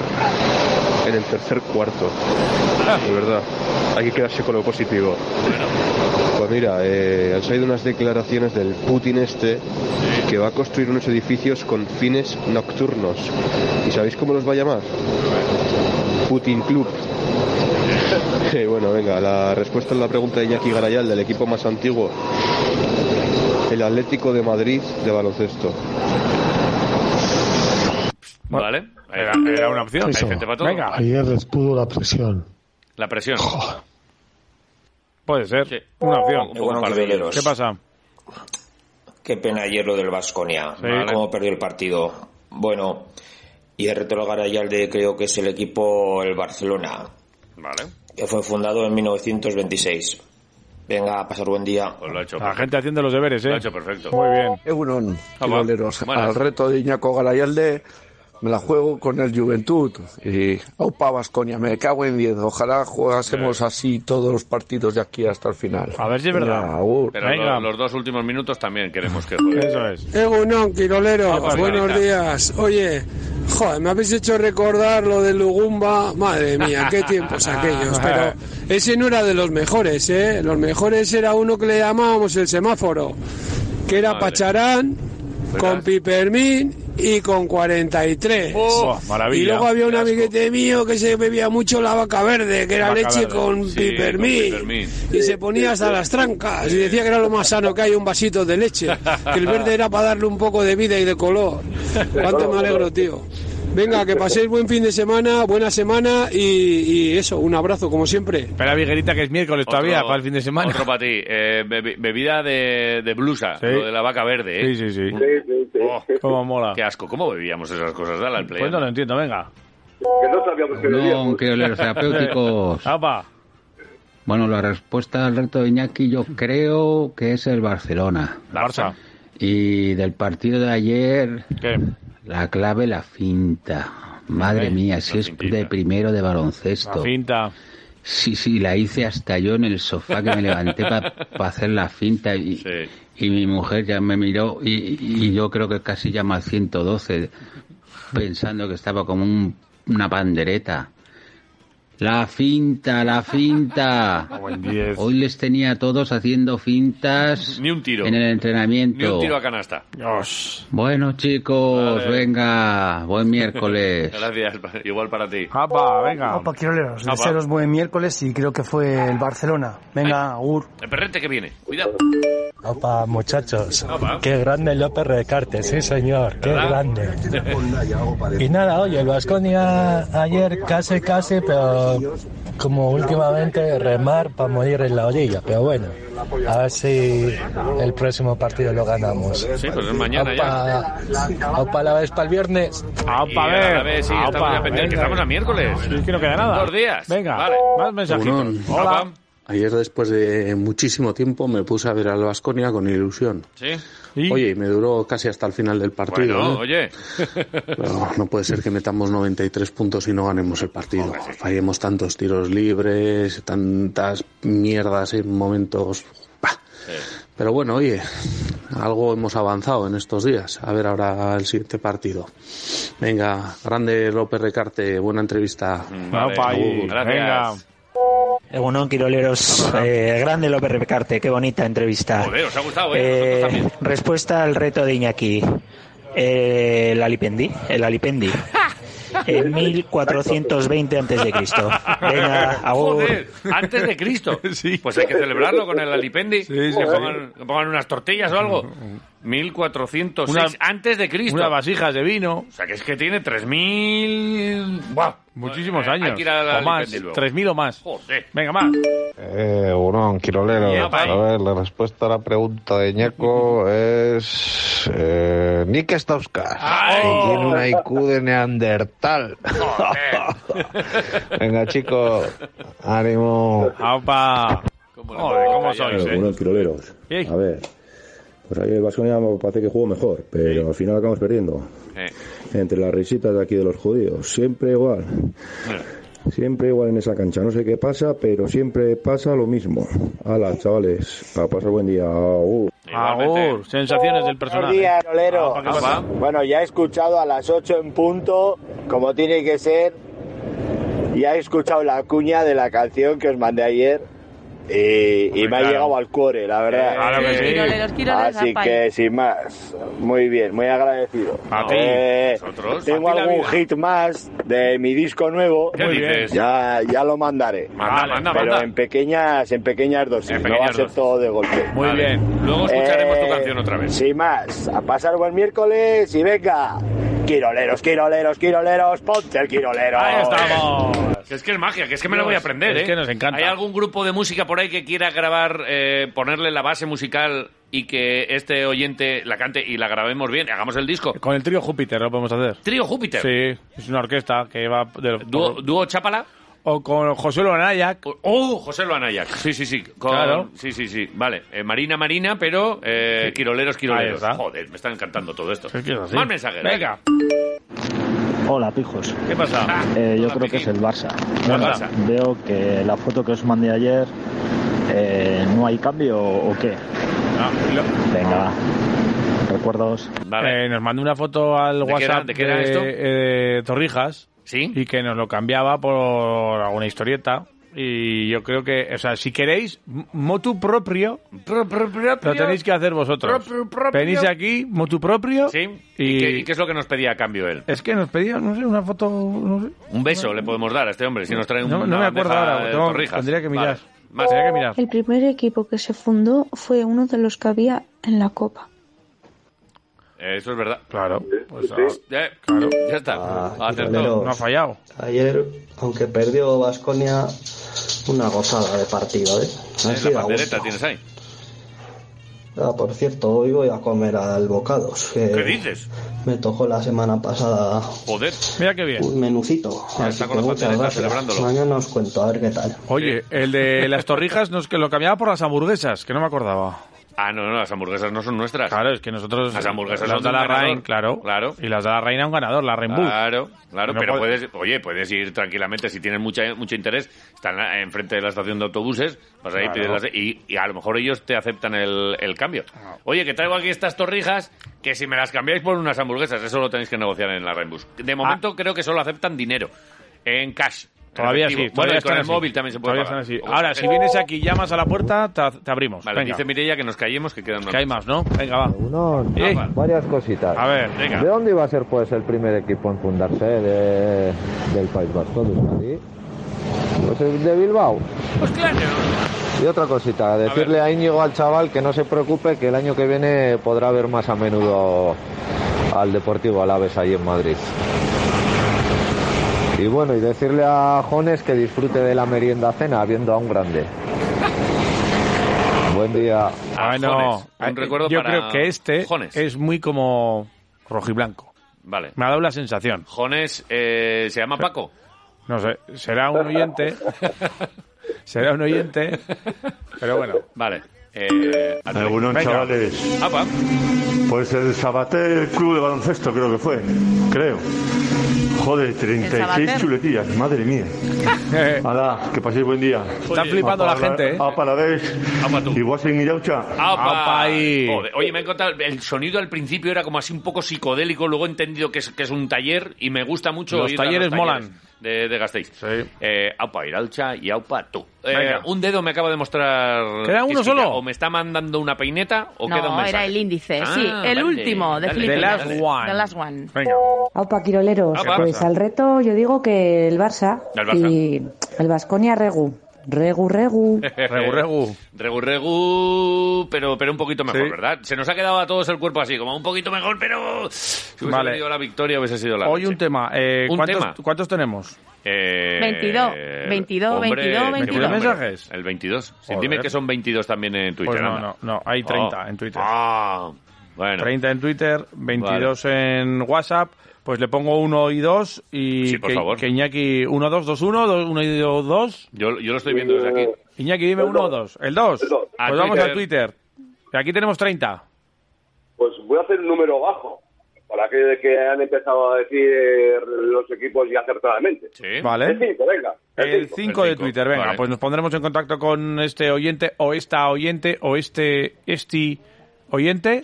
[SPEAKER 5] en el tercer cuarto. De verdad, hay que quedarse con lo positivo. Pues mira, eh, han salido unas declaraciones del Putin este que va a construir unos edificios con fines nocturnos. ¿Y sabéis cómo los va a llamar? Putin Club. Eh, bueno, venga, la respuesta a la pregunta de Iñaki Garayal, del equipo más antiguo, el Atlético de Madrid de baloncesto.
[SPEAKER 2] ¿Vale?
[SPEAKER 3] Era, era una opción.
[SPEAKER 2] Hay
[SPEAKER 6] Eso.
[SPEAKER 2] gente para todo.
[SPEAKER 3] Venga.
[SPEAKER 6] Ayer les pudo la presión.
[SPEAKER 2] La presión.
[SPEAKER 3] Puede ser.
[SPEAKER 2] Sí. Uh,
[SPEAKER 3] Una opción.
[SPEAKER 2] Un
[SPEAKER 7] Eh,
[SPEAKER 2] poco
[SPEAKER 7] buenos
[SPEAKER 2] pardillo.
[SPEAKER 7] veleros.
[SPEAKER 3] ¿Qué pasa?
[SPEAKER 7] Qué pena ayer lo del Vasconia.
[SPEAKER 2] Vale.
[SPEAKER 7] Cómo perdió el partido. Bueno, y el reto Garayalde creo que es el equipo el Barcelona,
[SPEAKER 2] Vale,
[SPEAKER 7] que fue fundado en 1926. Venga, a pasar buen día.
[SPEAKER 2] pues lo ha hecho.
[SPEAKER 3] La gente haciendo los deberes,
[SPEAKER 2] Lo ha
[SPEAKER 3] ¿eh?
[SPEAKER 2] hecho perfecto.
[SPEAKER 3] Muy bien.
[SPEAKER 8] Egunon,
[SPEAKER 2] Ah, va.
[SPEAKER 8] quiroleros.
[SPEAKER 2] Buenas.
[SPEAKER 8] Al reto de Iñaco Galayalde me la juego con el Juventud. Y aupa Vasconia, me cago en 10. Ojalá jugásemos así todos los partidos de aquí hasta el final.
[SPEAKER 3] A ver si es verdad.
[SPEAKER 8] Venga, agur.
[SPEAKER 2] Pero
[SPEAKER 3] Venga.
[SPEAKER 2] lo- los dos últimos uh. minutos también queremos que juegue.
[SPEAKER 3] Eso es.
[SPEAKER 9] Egunon, Quiroleros,
[SPEAKER 2] Vamos,
[SPEAKER 9] buenos
[SPEAKER 2] Margarita.
[SPEAKER 9] días. Oye, Joder, me habéis hecho recordar lo de Lugumba. Madre mía, qué tiempos aquellos. Pero ese no era de los mejores, ¿eh? Los mejores era uno que le llamábamos el semáforo, que era Pacharán, con Pipermín y con
[SPEAKER 2] Uh,
[SPEAKER 9] 43.
[SPEAKER 3] Oh, maravilla.
[SPEAKER 9] Y luego había un
[SPEAKER 3] Qué asco.
[SPEAKER 9] amiguete mío que se bebía mucho la vaca verde, que era
[SPEAKER 3] Vaca
[SPEAKER 9] leche
[SPEAKER 3] verde.
[SPEAKER 9] con
[SPEAKER 2] Sí,
[SPEAKER 9] pipermín.
[SPEAKER 2] con pipermín.
[SPEAKER 9] Y se ponía hasta las trancas y decía que era lo más sano que hay un vasito de leche. Que el verde era para darle un poco de vida y de color. Cuánto me alegro, tío. Venga, que paséis buen fin de semana, buena semana y, y eso, un abrazo como siempre.
[SPEAKER 3] Espera, Viguerita, que es miércoles todavía,
[SPEAKER 2] Otro-
[SPEAKER 3] para el fin de semana.
[SPEAKER 2] Otro para ti. Eh, bebi- bebida de, de blusa,
[SPEAKER 3] Sí.
[SPEAKER 2] lo de la vaca verde, ¿eh?
[SPEAKER 3] Sí, sí, sí.
[SPEAKER 4] Sí, sí, sí.
[SPEAKER 2] Oh,
[SPEAKER 3] Cómo mola.
[SPEAKER 2] qué asco. ¿Cómo bebíamos esas cosas? Dale al play.
[SPEAKER 3] Pues no lo entiendo, venga.
[SPEAKER 4] Que no sabíamos que
[SPEAKER 10] Don
[SPEAKER 4] bebíamos.
[SPEAKER 10] Criolero Terapéuticos.
[SPEAKER 3] Apa.
[SPEAKER 10] Bueno, la respuesta al reto de Iñaki yo creo que es el Barcelona.
[SPEAKER 3] Barça.
[SPEAKER 10] Y del partido de ayer,
[SPEAKER 3] ¿Qué?
[SPEAKER 10] la clave, la finta. Madre
[SPEAKER 3] Eh,
[SPEAKER 10] mía, si
[SPEAKER 2] la
[SPEAKER 10] es
[SPEAKER 2] fintita.
[SPEAKER 10] de primero de
[SPEAKER 3] La
[SPEAKER 10] baloncesto.
[SPEAKER 3] finta.
[SPEAKER 10] Sí, sí, la hice hasta yo en el sofá que me levanté para hacer la finta y,
[SPEAKER 2] Sí.
[SPEAKER 10] y mi mujer ya me miró y, y yo creo que casi llama al 112 pensando que estaba como un- una pandereta. La finta, la finta.
[SPEAKER 3] Buen 10.
[SPEAKER 10] Hoy les tenía a todos haciendo fintas
[SPEAKER 2] Ni un tiro.
[SPEAKER 10] en el entrenamiento.
[SPEAKER 2] Ni un tiro a canasta.
[SPEAKER 3] Dios.
[SPEAKER 10] Bueno chicos,
[SPEAKER 2] Vale.
[SPEAKER 10] venga, buen miércoles.
[SPEAKER 2] Gracias. pa- Igual para ti.
[SPEAKER 3] Apa, venga.
[SPEAKER 11] Opa, Quiroleros,
[SPEAKER 2] Oh, Apa.
[SPEAKER 11] desearos buen miércoles y creo que fue el Barcelona. Venga, Agur.
[SPEAKER 2] El perrete que viene. Cuidado.
[SPEAKER 6] Opa, muchachos.
[SPEAKER 2] Opa.
[SPEAKER 6] Qué grande López Recarte, sí señor, qué
[SPEAKER 2] ¿Verdad?
[SPEAKER 6] grande. Y nada, oye, el Vasconia ayer casi, casi, pero como últimamente remar para morir en la orilla. Pero bueno, a ver si el próximo partido lo ganamos.
[SPEAKER 2] Sí, pues es mañana ya.
[SPEAKER 6] Opa, opa la vez para el viernes.
[SPEAKER 2] Y
[SPEAKER 3] Apa, a
[SPEAKER 2] a
[SPEAKER 3] ver.
[SPEAKER 2] la vez, sí, estamos
[SPEAKER 3] Apa,
[SPEAKER 2] ya pendientes, que
[SPEAKER 3] venga.
[SPEAKER 2] estamos a miércoles.
[SPEAKER 3] Es que no queda nada.
[SPEAKER 2] Dos días.
[SPEAKER 3] Venga,
[SPEAKER 2] Vale.
[SPEAKER 3] más mensajitos.
[SPEAKER 12] Unón.
[SPEAKER 3] Hola.
[SPEAKER 2] Apa.
[SPEAKER 12] Ayer, después de muchísimo tiempo, me puse a ver al Vasconia con ilusión.
[SPEAKER 2] Sí.
[SPEAKER 3] Y-
[SPEAKER 12] Oye, y me duró casi hasta el final del partido.
[SPEAKER 2] Bueno,
[SPEAKER 12] ¿eh?
[SPEAKER 2] oye.
[SPEAKER 12] Pero no puede ser que metamos 93 puntos y no ganemos el partido. Fallemos tantos tiros libres, tantas mierdas en momentos. Bah. Pero bueno, oye, algo hemos avanzado en estos días. A ver ahora el siguiente partido. Venga, grande López Recarte, buena entrevista.
[SPEAKER 3] Mm,
[SPEAKER 2] Vale.
[SPEAKER 3] Apa, y-
[SPEAKER 2] Gracias.
[SPEAKER 3] Venga.
[SPEAKER 11] Egunon, Quiroleros. Eh, grande López Recarte, qué bonita entrevista.
[SPEAKER 2] Joder, os ha gustado, ¿eh? Nosotros también.
[SPEAKER 11] respuesta al reto de Iñaki. el Alipendi, el Alipendi. En 1420 antes de Cristo. Venga,
[SPEAKER 2] Joder, antes de Cristo.
[SPEAKER 3] Sí.
[SPEAKER 2] Pues hay que celebrarlo con el alipendi.
[SPEAKER 3] Sí, sí,
[SPEAKER 2] que,
[SPEAKER 3] sí. Mm,
[SPEAKER 2] pongan, que pongan unas tortillas o algo. 1406
[SPEAKER 3] Una-
[SPEAKER 2] antes de Cristo.
[SPEAKER 3] Unas vasijas de vino.
[SPEAKER 2] O sea, que es que tiene 3000... ¡Buah!
[SPEAKER 3] Muchísimos
[SPEAKER 2] Eh,
[SPEAKER 3] años.
[SPEAKER 2] Hay que ir al
[SPEAKER 3] o más.
[SPEAKER 2] Alipendi luego.
[SPEAKER 3] 3.000 o más.
[SPEAKER 2] Joder.
[SPEAKER 3] Venga, más.
[SPEAKER 5] Eh, Urón, Quirolero.
[SPEAKER 2] Ya, pa' ahí.
[SPEAKER 5] A ver, la respuesta a la pregunta de Ñeco es. Eh, Nick Stauskas.
[SPEAKER 2] ¡Ay!
[SPEAKER 5] que Tiene una IQ de Neandertal. Venga, chicos. Ánimo.
[SPEAKER 3] Apa.
[SPEAKER 2] ¿Cómo,
[SPEAKER 3] Joder, ¿cómo sois, eh?
[SPEAKER 12] Buenos quiroleros.
[SPEAKER 3] Ey.
[SPEAKER 12] A ver, pues ayer el Vasconia parece que jugó mejor, pero al final acabamos perdiendo.
[SPEAKER 2] Eh,
[SPEAKER 12] Entre las risitas de aquí de los judíos, siempre igual. Siempre igual en esa cancha. No sé qué pasa, pero siempre pasa lo mismo. Ala, chavales, a pasar buen día. Agur.
[SPEAKER 2] igualmente.
[SPEAKER 3] Agur. Sensaciones del personal. ¿eh?
[SPEAKER 11] Rolero.
[SPEAKER 3] Apa, ¿qué pasa?
[SPEAKER 11] Bueno, ya he escuchado a las 8 en punto, como tiene que ser. Ya he escuchado la cuña de la canción que os mandé ayer y, y me ha
[SPEAKER 3] claro. Eh,
[SPEAKER 11] llegado al cuore, la verdad.
[SPEAKER 3] Claro que sí.
[SPEAKER 13] Quiroleros, quiroleros,
[SPEAKER 11] Así
[SPEAKER 13] apa.
[SPEAKER 11] que sin más, muy bien, muy agradecido.
[SPEAKER 3] A ti.
[SPEAKER 11] Eh,
[SPEAKER 2] Nosotros.
[SPEAKER 11] tengo
[SPEAKER 3] A ti la
[SPEAKER 11] algún
[SPEAKER 3] vida.
[SPEAKER 11] hit más de mi disco nuevo.
[SPEAKER 2] ¿Qué
[SPEAKER 3] Muy
[SPEAKER 2] dices?
[SPEAKER 11] Ya, ya lo mandaré.
[SPEAKER 2] Manda, manda, Eh,
[SPEAKER 11] Pero
[SPEAKER 2] manda.
[SPEAKER 11] en pequeñas, en pequeñas dosis,
[SPEAKER 2] En
[SPEAKER 11] no va
[SPEAKER 2] pequeñas
[SPEAKER 11] a ser
[SPEAKER 2] dosis.
[SPEAKER 11] todo de golpe.
[SPEAKER 3] Muy
[SPEAKER 2] Vale.
[SPEAKER 3] bien.
[SPEAKER 2] Luego escucharemos tu
[SPEAKER 11] Eh,
[SPEAKER 2] canción otra vez.
[SPEAKER 11] Sin más, a pasar buen miércoles y venga. Quiroleros, quiroleros, quiroleros, ponte el quirolero.
[SPEAKER 3] Ahí estamos.
[SPEAKER 2] Que es que es magia, que es que me lo
[SPEAKER 3] Dios,
[SPEAKER 2] voy a aprender,
[SPEAKER 3] es
[SPEAKER 2] ¿eh?
[SPEAKER 3] que nos encanta.
[SPEAKER 2] ¿Hay algún grupo de música por ahí que quiera grabar, eh, ponerle la base musical y que este oyente la cante y la grabemos bien? Hagamos el disco.
[SPEAKER 3] Con el trío Júpiter lo podemos hacer.
[SPEAKER 2] Trío Júpiter.
[SPEAKER 3] Sí, es una orquesta que va de,
[SPEAKER 2] Dúo, dúo Chapala.
[SPEAKER 3] o con José Lonaya.
[SPEAKER 2] ¡Oh! José Luan Ayac. Sí, sí, sí. Con-
[SPEAKER 3] Claro.
[SPEAKER 2] Sí, sí, sí. Vale. Eh, Marina, Marina, pero eh, Quiroleros, Quiroleros.
[SPEAKER 3] Ahí está.
[SPEAKER 2] Joder, me está encantando todo esto.
[SPEAKER 3] Es que es así.
[SPEAKER 2] Más mensajes.
[SPEAKER 3] Venga. eh,
[SPEAKER 11] Hola, pijos.
[SPEAKER 3] ¿Qué pasa?
[SPEAKER 11] Eh, yo
[SPEAKER 2] Hola,
[SPEAKER 11] creo que es
[SPEAKER 2] Ah, Piquín.
[SPEAKER 11] el Barça.
[SPEAKER 2] El
[SPEAKER 11] Nada,
[SPEAKER 2] Barça.
[SPEAKER 11] Veo que la foto que os mandé ayer eh, no hay cambio o qué.
[SPEAKER 3] Ah, lo-
[SPEAKER 11] Venga, va.
[SPEAKER 13] recuerdos.
[SPEAKER 3] Eh, nos mandó una foto al
[SPEAKER 2] ¿De qué
[SPEAKER 3] WhatsApp
[SPEAKER 2] era- de qué era esto?
[SPEAKER 3] eh, Torrijas. Y que nos lo cambiaba por alguna historieta. Y yo creo que, o sea, si queréis, m- motu propio, lo tenéis que hacer vosotros.
[SPEAKER 2] Propio, propio.
[SPEAKER 3] Venís aquí, motu propio.
[SPEAKER 2] Sí.
[SPEAKER 3] Y,
[SPEAKER 2] ¿Y, qué, y qué es lo que nos pedía a cambio él?
[SPEAKER 3] es que nos pedía, no sé, una foto. no sé.
[SPEAKER 2] Un beso le podemos dar a este hombre si nos trae un
[SPEAKER 3] No- no
[SPEAKER 2] una
[SPEAKER 3] me acuerdo
[SPEAKER 2] bandeja
[SPEAKER 3] ahora,
[SPEAKER 2] de
[SPEAKER 3] tengo-
[SPEAKER 2] torrijas.
[SPEAKER 3] tendría que mirar.
[SPEAKER 2] Más, tendría que mirar.
[SPEAKER 14] El primer equipo que se fundó fue uno de los que había en la Copa.
[SPEAKER 2] Eh, Eso es verdad.
[SPEAKER 3] Claro. pues, ah,
[SPEAKER 2] Eh, Ya está. Acertó.
[SPEAKER 11] Ah,
[SPEAKER 13] Carneros.
[SPEAKER 2] No ha
[SPEAKER 3] fallado.
[SPEAKER 13] Ayer, aunque perdió Vasconia, una gozada de partido, ¿eh?
[SPEAKER 2] Eh,
[SPEAKER 13] Así da
[SPEAKER 2] la pandereta
[SPEAKER 13] gusto.
[SPEAKER 2] tienes ahí.
[SPEAKER 13] Ah, por cierto, hoy voy a comer al bocados. Que
[SPEAKER 2] ¿Qué dices?
[SPEAKER 13] Me tocó la semana pasada
[SPEAKER 11] Ah,
[SPEAKER 2] Joder.
[SPEAKER 3] Mira qué bien.
[SPEAKER 13] un menucito.
[SPEAKER 3] Ya
[SPEAKER 13] así
[SPEAKER 3] está con
[SPEAKER 13] que
[SPEAKER 3] la
[SPEAKER 13] muchas
[SPEAKER 3] pandereta
[SPEAKER 13] gracias.
[SPEAKER 3] celebrándolo.
[SPEAKER 13] Mañana os cuento a ver qué tal.
[SPEAKER 3] Oye, el de las torrijas nos que lo cambiaba por las hamburguesas, que no me acordaba.
[SPEAKER 2] Ah, no, no, las hamburguesas no son nuestras.
[SPEAKER 3] Claro, es que nosotros.
[SPEAKER 2] Las hamburguesas
[SPEAKER 3] las
[SPEAKER 2] son
[SPEAKER 3] da
[SPEAKER 2] de un
[SPEAKER 3] la
[SPEAKER 2] ganador.
[SPEAKER 3] Rain, claro.
[SPEAKER 2] Claro.
[SPEAKER 3] Y las da la Reina un ganador, la Rainbow.
[SPEAKER 2] Claro, claro,
[SPEAKER 3] No
[SPEAKER 2] pero
[SPEAKER 3] pod-
[SPEAKER 2] puedes, oye, puedes ir tranquilamente si tienes mucha, mucho interés. Están a- enfrente de la estación de autobuses, vas ahí,
[SPEAKER 3] Claro.
[SPEAKER 2] pides las- y, y a lo mejor ellos te aceptan el, el cambio.
[SPEAKER 3] Ah.
[SPEAKER 2] Oye, que traigo aquí estas torrijas, que si me las cambiáis por unas hamburguesas, eso lo tenéis que negociar en la Rainbus.
[SPEAKER 3] Ah.
[SPEAKER 2] De momento creo que solo aceptan dinero, en cash. en
[SPEAKER 3] Todavía sí,
[SPEAKER 2] efectivo.
[SPEAKER 3] todavía
[SPEAKER 2] Bueno, y
[SPEAKER 3] están
[SPEAKER 2] con el
[SPEAKER 3] así.
[SPEAKER 2] móvil también se puede
[SPEAKER 3] Todavía
[SPEAKER 2] pagar.
[SPEAKER 3] están así.
[SPEAKER 2] O con
[SPEAKER 3] Ahora, si
[SPEAKER 2] tarjeta.
[SPEAKER 3] vienes aquí y llamas a la puerta, te, te abrimos.
[SPEAKER 2] Vale,
[SPEAKER 3] Venga.
[SPEAKER 2] dice Mireia que nos callemos, que quedan unas-
[SPEAKER 3] Que hay más, ¿no? Venga, va.
[SPEAKER 15] Uno,
[SPEAKER 3] Eh.
[SPEAKER 15] varias cositas.
[SPEAKER 3] A ver, venga.
[SPEAKER 15] ¿De dónde iba a ser pues el primer equipo en fundarse de- del País Vasco, de Euskadi? Pues el de Bilbao. Y otra cosita, decirle a, Íñigo al chaval que no se preocupe que el año que viene podrá ver más a menudo al Deportivo Alaves ahí en Madrid. Y bueno, y decirle a Jones que disfrute de la merienda cena viendo a un grande. Buen día.
[SPEAKER 3] Bueno,
[SPEAKER 2] Jones. Un recuerdo
[SPEAKER 3] Ah, yo
[SPEAKER 2] para
[SPEAKER 3] creo que este
[SPEAKER 2] Jones.
[SPEAKER 3] es muy como rojiblanco.
[SPEAKER 2] Vale.
[SPEAKER 3] Me ha dado la sensación.
[SPEAKER 2] Jones, eh, ¿se llama Paco?
[SPEAKER 3] No sé, será un oyente. será un oyente. Pero bueno.
[SPEAKER 2] Vale. Eh, Andrés.
[SPEAKER 16] Algunos
[SPEAKER 2] Venga.
[SPEAKER 16] chavales.
[SPEAKER 2] Apa.
[SPEAKER 16] Pues el Sabater Club de Baloncesto creo que fue, creo. Joder,
[SPEAKER 17] El
[SPEAKER 16] 36
[SPEAKER 17] Sabater.
[SPEAKER 16] chuletillas, madre mía.
[SPEAKER 3] Eh,
[SPEAKER 16] Hala, que paséis buen día.
[SPEAKER 3] Está flipando la gente, ¿eh?
[SPEAKER 16] Apa la vez. Y Washington y Yaucha.
[SPEAKER 2] ¡Apa! Joder, Oye, me he contado, el sonido al principio era como así un poco psicodélico, luego he entendido que es, que es un taller y me gusta mucho
[SPEAKER 3] Los
[SPEAKER 2] ir a
[SPEAKER 3] talleres molan.
[SPEAKER 2] De, de Gasteiz. Eh, aupa Iralcha y aupa tú. Eh,
[SPEAKER 3] Venga.
[SPEAKER 2] un dedo me acaba de mostrar...
[SPEAKER 3] ¿Queda uno
[SPEAKER 2] Quisquilla.
[SPEAKER 3] solo?
[SPEAKER 2] O me está mandando una peineta o queda
[SPEAKER 18] No,
[SPEAKER 2] un mensaje.
[SPEAKER 18] era el índice,
[SPEAKER 2] Ah,
[SPEAKER 18] sí. El
[SPEAKER 2] vale,
[SPEAKER 18] último de
[SPEAKER 2] dale,
[SPEAKER 18] Filipinas.
[SPEAKER 2] dale, dale.
[SPEAKER 18] The last one.
[SPEAKER 19] Aupa Quiroleros,
[SPEAKER 2] Apa.
[SPEAKER 19] pues al reto yo digo que el Barça,
[SPEAKER 2] El Barça.
[SPEAKER 19] y el Vasconia Regu. Regu, Regu.
[SPEAKER 2] Regu, regu. Regu, regu, pero, pero un poquito mejor, ¿verdad? Se nos ha quedado a todos el cuerpo así, como un poquito mejor, pero... Si hubiese
[SPEAKER 3] Vale.
[SPEAKER 2] venido la victoria hubiese sido la...
[SPEAKER 3] Hoy un tema. eh,
[SPEAKER 2] Un
[SPEAKER 3] ¿cuántos,
[SPEAKER 2] tema.
[SPEAKER 3] cuántos tenemos?
[SPEAKER 2] Eh,
[SPEAKER 18] 22, 22, 22, 22.
[SPEAKER 3] mensajes?
[SPEAKER 2] El 22. Sí,
[SPEAKER 3] Joder.
[SPEAKER 2] dime que son 22 también en Twitter.
[SPEAKER 3] Pues no,
[SPEAKER 2] anda.
[SPEAKER 3] no, no, hay 30
[SPEAKER 2] Oh.
[SPEAKER 3] en Twitter.
[SPEAKER 2] Ah, bueno.
[SPEAKER 3] 30 en Twitter, 22 en WhatsApp. Pues le pongo 1 y 2 y
[SPEAKER 2] Sí, por
[SPEAKER 3] que,
[SPEAKER 2] favor.
[SPEAKER 3] que Iñaki 1, 2, 2, 1, 1 y 2.
[SPEAKER 2] Yo, yo lo estoy viendo desde aquí.
[SPEAKER 3] Iñaki, dime
[SPEAKER 2] El
[SPEAKER 3] 1 o
[SPEAKER 2] dos.
[SPEAKER 3] 2. ¿El 2?
[SPEAKER 2] El
[SPEAKER 3] Pues
[SPEAKER 2] dos. A
[SPEAKER 3] vamos
[SPEAKER 2] Twitter.
[SPEAKER 3] a Twitter. Y aquí tenemos 30.
[SPEAKER 4] Pues voy a hacer un número bajo, para aquellos que han empezado a decir eh, los equipos ya acertadamente.
[SPEAKER 2] ¿Eh?
[SPEAKER 3] Vale.
[SPEAKER 4] El cinco, venga.
[SPEAKER 3] El 5 de
[SPEAKER 4] cinco.
[SPEAKER 3] Twitter, venga,
[SPEAKER 4] Vale.
[SPEAKER 3] pues nos pondremos en contacto con este oyente o esta oyente o este este oyente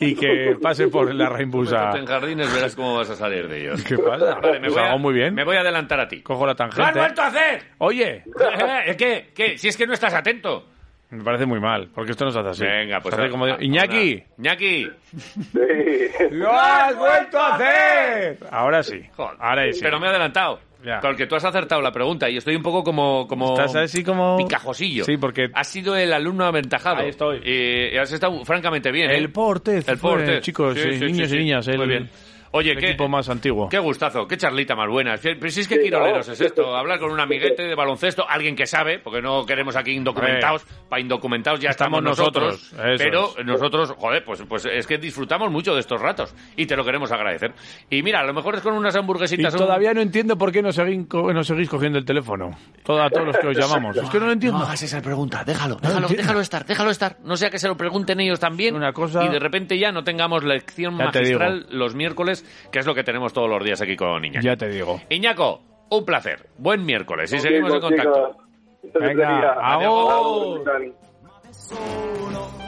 [SPEAKER 3] y que pase por la reimbusa.
[SPEAKER 2] En jardines verás cómo vas a salir de ellos.
[SPEAKER 3] ¿Qué pasa?
[SPEAKER 2] Vale, me
[SPEAKER 3] Pues
[SPEAKER 2] voy a-
[SPEAKER 3] hago muy bien.
[SPEAKER 2] Me voy a adelantar a ti.
[SPEAKER 3] Cojo la
[SPEAKER 2] ¡Lo has
[SPEAKER 3] tangente.
[SPEAKER 2] vuelto a hacer!
[SPEAKER 3] Oye,
[SPEAKER 2] Eh, ¿Qué? ¿Qué? Si es que no estás atento.
[SPEAKER 3] me parece muy mal, porque esto nos hace así.
[SPEAKER 2] Venga, pues
[SPEAKER 3] Hace
[SPEAKER 2] ahora-
[SPEAKER 3] como de-
[SPEAKER 2] ahora-
[SPEAKER 3] Iñaki,
[SPEAKER 2] ¡Iñaki!
[SPEAKER 3] ¡Lo has vuelto a hacer! ahora sí. Ahora sí.
[SPEAKER 2] Pero me he adelantado. Porque tú has acertado la pregunta y estoy un poco como... como
[SPEAKER 3] Estás así como
[SPEAKER 2] Picajosillo. Ah,
[SPEAKER 3] Sí, porque
[SPEAKER 2] Has sido el alumno aventajado.
[SPEAKER 3] Eh, Ahí estoy.
[SPEAKER 2] Y, y has estado francamente bien. ¿eh?
[SPEAKER 3] el porte, este
[SPEAKER 2] El porte.
[SPEAKER 3] chicos,
[SPEAKER 2] Sí,
[SPEAKER 3] eh,
[SPEAKER 2] sí,
[SPEAKER 3] niños
[SPEAKER 2] sí,
[SPEAKER 3] y
[SPEAKER 2] sí.
[SPEAKER 3] niñas, el,
[SPEAKER 2] Muy bien. Oye,
[SPEAKER 3] el
[SPEAKER 2] qué-
[SPEAKER 3] equipo más antiguo.
[SPEAKER 2] Qué gustazo, qué charlita más buena. Si- Pero si es que quiroleros es esto, hablar con un amiguete de baloncesto, alguien que sabe, porque no queremos aquí indocumentados, para indocumentados ya estamos,
[SPEAKER 3] Estamos
[SPEAKER 2] nosotros,
[SPEAKER 3] nosotros, eso
[SPEAKER 2] pero
[SPEAKER 3] es.
[SPEAKER 2] nosotros, joder, pues, pues es que disfrutamos mucho de estos ratos y te lo queremos agradecer. Y mira, a lo mejor es con unas
[SPEAKER 3] Y
[SPEAKER 2] hamburguesitas. un-
[SPEAKER 3] todavía no entiendo por qué no seguís, co- no seguís cogiendo el teléfono. Todo- a todos los que os llamamos. Es que no lo entiendo.
[SPEAKER 2] No hagas esa pregunta, déjalo, déjalo, déjalo estar, déjalo estar. No sea que se lo pregunten ellos también. Una cosa. Y de repente ya no tengamos lección
[SPEAKER 3] Ya te
[SPEAKER 2] magistral los miércoles, que es lo que tenemos todos los días aquí con Iñaki.
[SPEAKER 3] Ya te digo.
[SPEAKER 2] Iñaco, un placer. Buen miércoles y
[SPEAKER 4] Nos
[SPEAKER 2] seguimos en
[SPEAKER 4] vemos,
[SPEAKER 2] contacto.
[SPEAKER 4] chicos. Feliz día.
[SPEAKER 2] agur.
[SPEAKER 4] Agur.